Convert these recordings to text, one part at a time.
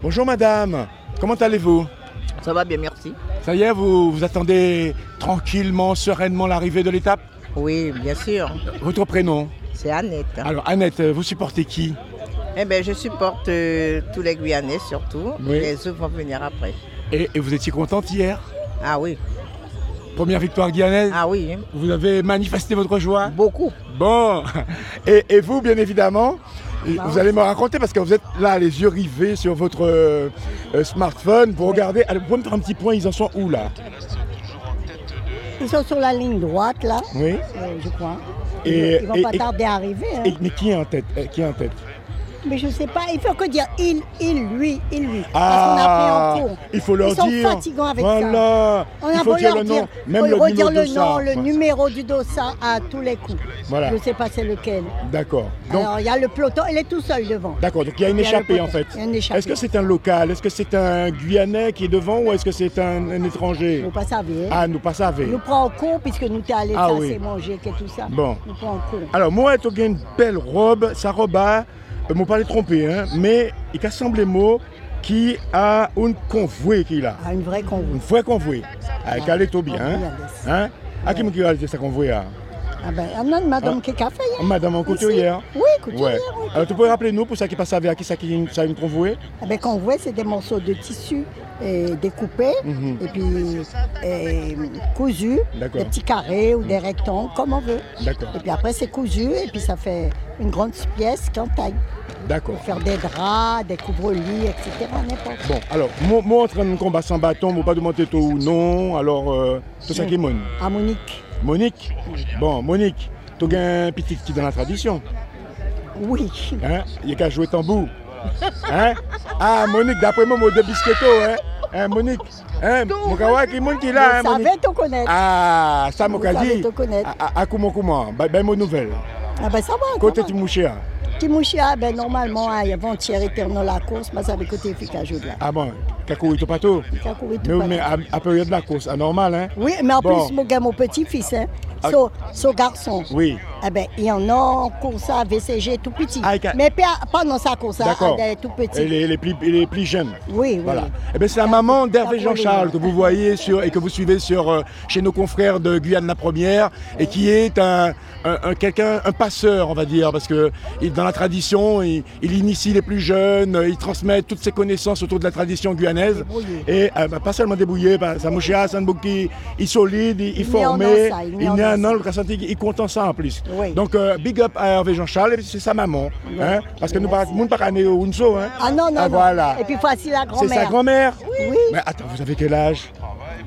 Bonjour madame, comment allez-vous Ça va bien, merci. Ça y est, vous, vous attendez tranquillement, sereinement l'arrivée de l'étape Oui, bien sûr. Votre prénom C'est Annette. Alors Annette, euh, vous supportez qui Eh bien, je supporte euh, tous les Guyanais surtout. Oui. Les autres vont venir après. et, et vous étiez contente hier Ah oui, Première victoire guyanaise ah oui, hein. Vous avez manifesté votre joie beaucoup. Bon et, et vous, bien évidemment, vous allez me raconter parce que vous êtes là, les yeux rivés sur votre euh, euh, smartphone pour regarder. Allez, vous pouvez me faire un petit point, ils en sont où là Ils sont sur la ligne droite, là, Oui euh, je crois. Ils, Et- ils vont et- pas et- tarder à arriver. hein. Et- Mais qui est en tête Euh, Qui est en tête Mais je sais pas, il faut que dire il, il, lui, il, lui. Ah, Parce qu'on a pris en cours. il faut leur Ils sont dire. fatigants avec ça. voilà. On a il faut beau dire leur le nom, dire, même on le numéro redire de le nom, ça. le numéro du dossard à tous les coups. Voilà. Je sais pas c'est lequel. D'accord. Donc, Alors, il y a le peloton, il est tout seul devant. d'accord. Donc il y a une il y a le échappée en poteau. fait. Il y a une échappée. Est-ce que c'est un local Est-ce que c'est un Guyanais qui est devant ou est-ce que c'est un, un étranger Nous pas savoir. Ah, nous pas savons. Nous prend en cours puisque nous t'es allé Ah ça, oui. c'est manger que tout ça. Bon. Nous prend en cours. Alors moi, tu as une belle robe. Sa robe a, euh, m'ont pas les trompé, hein, mais il ressemble mot qui a une convoi qu'il a. Ah, une vraie Une convoi. vraie convoi. Avec elle est tout bien. Hein. Convoyadesse. Hein À qui me qui a été sa convoi là Ah ben, ah non, madame, Ah. qui café hein? Madame en couturière. Ici. Oui, couturière. Ouais. oui. Alors tu peux rappeler nous pour ça qui passe avec qui ça qui ça une convoi Ah ben, qu'on voit, c'est des morceaux de tissu euh, découpés Mhm. et puis euh, cousus, D'accord. des petits carrés ou des rectangles, comme on veut. D'accord. Et puis après, c'est cousu et puis ça fait une grande pièce qu'on taille D'accord. pour faire des draps, des couvre-lits, etc. N'importe. Bon, alors, moi, moi, en train de combattre sans bâton, vous pas demander tout ou non, alors, euh, tout ça qui est mon. À Monique, Monique, bon, Monique, tu as un petit qui est dans la tradition, oui. hein, il y a qu'à jouer tambour, hein. Ah, Monique, d'après moi, mot de bisquetto, hein, hein, Monique, hein, mon kawa qui monte qui là, hein, Vous Monique. savez tout connaître. Ah, Ah, ça, mon Vous savez dit. te connaître. Ah, ah, comment, comment, ben, ben, mon nouvelle. ben ça va. Côté ça va. tu mouches, hein. Timouchia, ben normalement, hein, avant-hier, éternel la course, mais ça avait côté efficace aujourd'hui. Ah bon, kakou, il pas tout. Ça courait tout Mais, pas mais, à, à période de la course, ah, normal, hein. Oui, mais en Bon. plus, mon gars, mon petit-fils, hein, Ah. son, son garçon, Oui. eh ben, il en a en course à VCG tout petit. Ah, il ca- Mais pas pas dans sa course à D'accord. à Bah, tout petit. Et les, les plus, les plus jeunes. Oui, oui. Voilà. Eh bien, c'est la maman d'Hervé T'as Jean-Charles pas que vous voyez sur, et que vous suivez sur, euh, chez nos confrères de Guyane la Première et qui est un, un- un- quelqu'un, un passeur, on va dire, parce que il- dans la tradition, il, il initie les plus jeunes, euh, il transmet toutes ses connaissances autour de la tradition guyanaise. Débrouillé. Et euh, bah, pas seulement débrouillé, bah, Samouchia, Sanbouki, il est solide, il, il Il est en formé, or, ça, il est il en n'est or, un ça. an, le ressenti, il compte en ça en plus. Oui. Donc, euh, big up à Hervé Jean-Charles, et puis c'est sa maman, hein, parce que nous, par- nous ne parlons pas au Unso, hein. Ah non, non, Ah, non. voilà. Et puis, voici la C'est sa grand-mère. grand-mère Oui. Mais attends, vous avez quel âge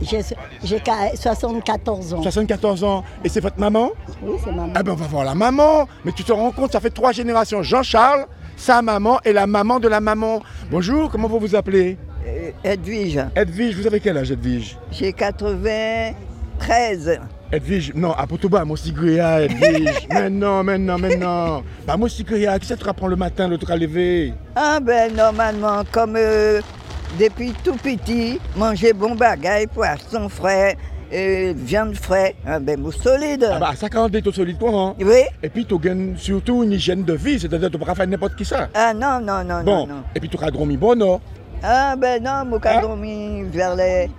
J'ai j'ai qua- 74 ans. 74 ans et c'est votre maman Oui, c'est maman. Ah ben on va voir la maman Mais tu te rends compte, ça fait trois générations. Jean-Charles, sa maman et la maman de la maman. Bonjour, comment vous vous appelez Edwige, Edwige, vous avez quel âge Edwige Euh, j'ai 93. Edwige, non, à Potoba, mon cigria, Edwige. mais non, mais non, mais non. Bah mon cigria, qui ça te rapprend le matin, l'autre à lever Ah ben normalement, comme euh, depuis tout petit, manger bon bagaille, poisson frais, euh, viande frais, ah ben mou solide. Ah bah ça quand des taux solides toi, hein Oui Et puis tu gagnes surtout une hygiène de vie, c'est-à-dire tu pourras faire n'importe qui ça. Ah non, non, non, Bon, non, non. et puis tu auras dormi bon, non Ah ben non, mou Ah. ka dormi vers les...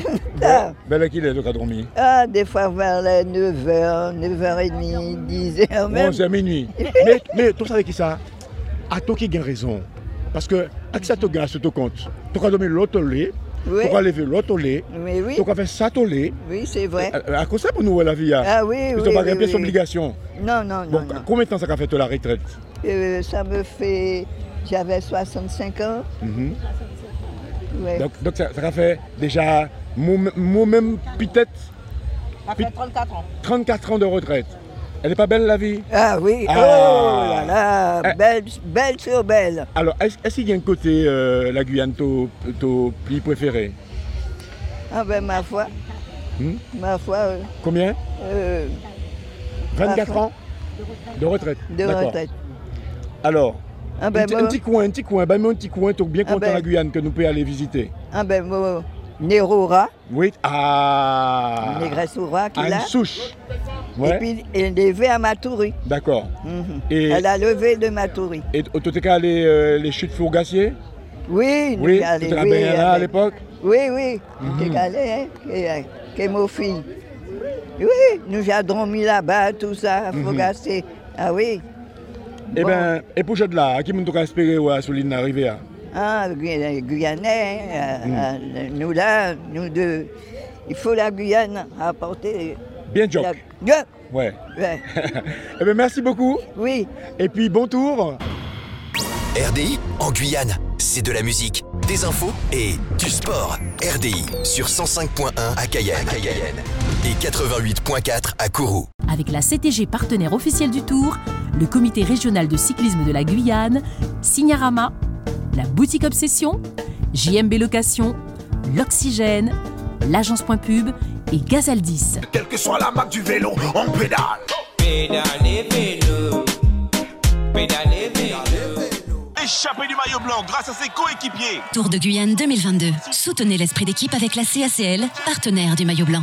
Ben là qu'il est, tu as dormi Ah, des fois vers les 9h, 9h30, 10h même. 11 à minuit. mais, mais tu savais qui ça À toi qui gagne raison. Parce que, à qui ça te gagne sur ton compte Tu as donné l'autre lait, Oui. tu as levé l'autre lait, Mais oui, tu as fait ça ton lait. oui c'est vrai. À- À quoi ça pour nous, la vie là Ah oui, Ils oui, ont pas oui, gagné oui, son oui. obligation. Non, non, non, Bon, non. combien de temps ça a fait toi, la retraite Euh, ça me fait... J'avais 65 ans. Mhm. Ouais. Donc, donc ça, ça a fait déjà moi- moi-même, peut-être Ça fait 34 ans. 34 ans de retraite. Elle n'est pas belle la vie Ah oui, Ah. oh là là, Eh. belle, belle sur belle. Alors, est-ce est-ce qu'il y a un côté, euh, la Guyane, ton ton pays préféré Ah ben ma foi, Hmm ma foi, euh, Combien euh, 24 Parfois. ans de retraite. Bah, de D'accord. retraite. Alors, Ah un, ben petit- moi, un petit coin, un petit coin, bah, mais un petit coin, t'es bien Ah content ben. la Guyane que nous pouvons aller visiter. ah ben moi, Nerora, Oui. Ah Negressoura qui Ah, l'a. Une souche. Et Ouais. puis elle est levée à Matoury. D'accord. Mhm. Et, Elle a levé de Matoury. et t- t'es qu'à aller euh, les chutes Fourgassier Oui, nous Oui, allés, c'était la oui, Béana à avec- l'époque. Mhm. Oui, oui, t'es calé, hein, et, euh, qu'est mon fils. Oui, nous avons dormi là-bas, tout ça, Mhm. Fogassé. Ah oui. Et Bon. ben, et pour de là, à qui nous espérer ouais, sur l'île de la Rivière Ah, Guy- Guyanais, euh, Mhm. euh, nous là, nous deux. Il faut la Guyane apporter. Bien job. la- Joc, Ouais. ouais, Eh ben, merci beaucoup. Oui. Et puis bon tour. RDI en Guyane, c'est de la musique, des infos et du sport. RDI sur 105.1 à Cayenne, à Cayenne et 88.4 à Kourou. Avec la CTG partenaire officielle du Tour, le comité régional de cyclisme de la Guyane, Signarama, la boutique Obsession, JMB Location, l'Oxygène, l'agence Point Pub et Gazaldis. Quelle que soit la marque du vélo, on pédale. Pédalez vélo, pédalez vélo. Échappé du maillot blanc grâce à ses coéquipiers. Tour de Guyane 2022. Soutenez l'esprit d'équipe avec la CACL, partenaire du maillot blanc.